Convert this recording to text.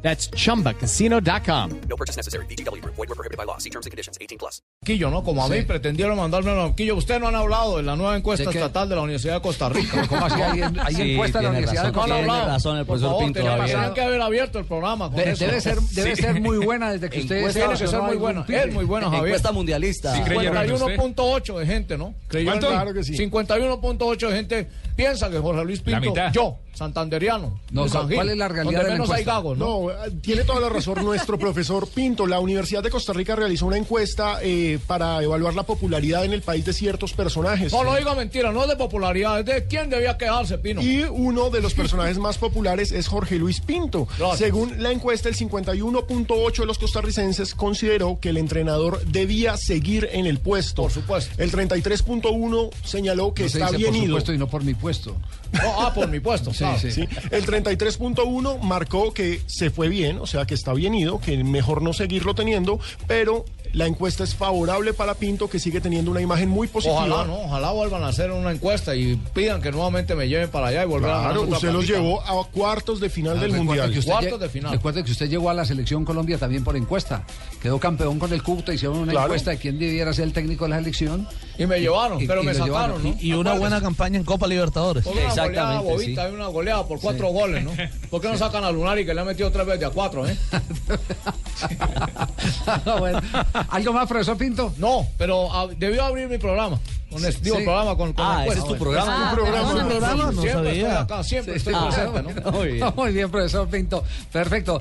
That's chumbacasino.com. No purchase necessary. BGW. Void were prohibited by law. See terms and conditions. 18 plus. banquillo, ¿no? Como a mí pretendieron mandarme al banquillo. Ustedes no han hablado de la nueva encuesta estatal de la Universidad de Costa Rica. ¿Cómo así? Hay, hay encuesta en la Universidad de No han Costa Rica. hablado. razón Por el profesor favor, Pinto, tenían- Javier. tenían que haber abierto el programa con De- eso. debe ser, debe ser muy buena desde que usted Tiene que ser muy buena. Es muy buena, Javier. Encuesta mundialista. Sí, creo. creyeron en usted? 51.8 de gente, ¿no? Creyeron ¿Cuánto? en- Claro que sí. 51.8 de gente piensa que Jorge Luis Pinto, mitad. yo, santanderiano, No, de San Gil, ¿cuál es la donde realidad de la menos hay encuesta? gagos, ¿no? No, eh, tiene toda la razón nuestro profesor Pinto. La Universidad de Costa Rica realizó una encuesta eh, para evaluar la popularidad en el país de ciertos personajes. No lo diga mentira, no es de popularidad, es de quién debía quejarse, Pino. Y uno de los personajes más populares es Jorge Luis Pinto. Gracias. Según la encuesta, el 51.8 de los costarricenses consideró que el entrenador debía seguir en el puesto. Por supuesto. El 33.1 señaló que Que está bien por ido. supuesto y no por mi puesto. No, ah, por mi puesto, claro. sí. Sí, El 33.1 marcó que se fue bien, o sea que está bien ido, que mejor no seguirlo teniendo, pero la encuesta es favorable para Pinto, que sigue teniendo una imagen muy positiva. Ojalá, ¿no? Ojalá vuelvan a hacer una encuesta y pidan que nuevamente me lleven para allá y volver a ganar Claro, otra usted los platica. llevó a cuartos de final del Recuerda Mundial. que usted Cuartos lle- de final. Recuerde que usted llegó a la selección Colombia también por encuesta. Quedó campeón con el Cúcuta, hicieron una Claro. encuesta de quién debiera ser el técnico de la selección. Y me llevaron, Y- pero y me lo llevaron. sacaron, ¿no? Y una buena campaña en Copa Libertadores. Porque una goleada Exactamente, sí. bobita, hay una goleada por cuatro goles, ¿no? ¿Por qué no sacan a Lunari que le ha metido tres veces de a cuatro, eh? Ah, Bueno, ¿Algo más, profesor Pinto? No, pero ah, debió abrir mi programa. Con este, digo, Sí. programa con, con Ah, ese encuesta. es tu programa. programa. perdóname, Siempre no estoy sabía. acá, siempre estoy Ah, presente, ¿no? Muy bien, profesor Pinto. Perfecto.